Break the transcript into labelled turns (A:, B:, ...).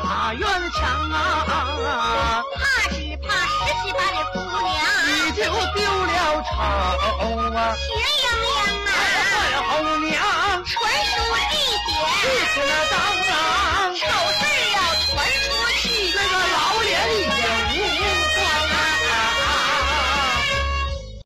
A: 啊
B: 院墙啊，
A: 啊怕是怕十七八的姑娘，
B: 你就丢了丑啊！
A: 雪亮亮啊，
B: 哎呀，红娘，
A: 纯属地
B: 记
A: 点。
B: 起了当
A: 啊
B: 啊！
A: 啊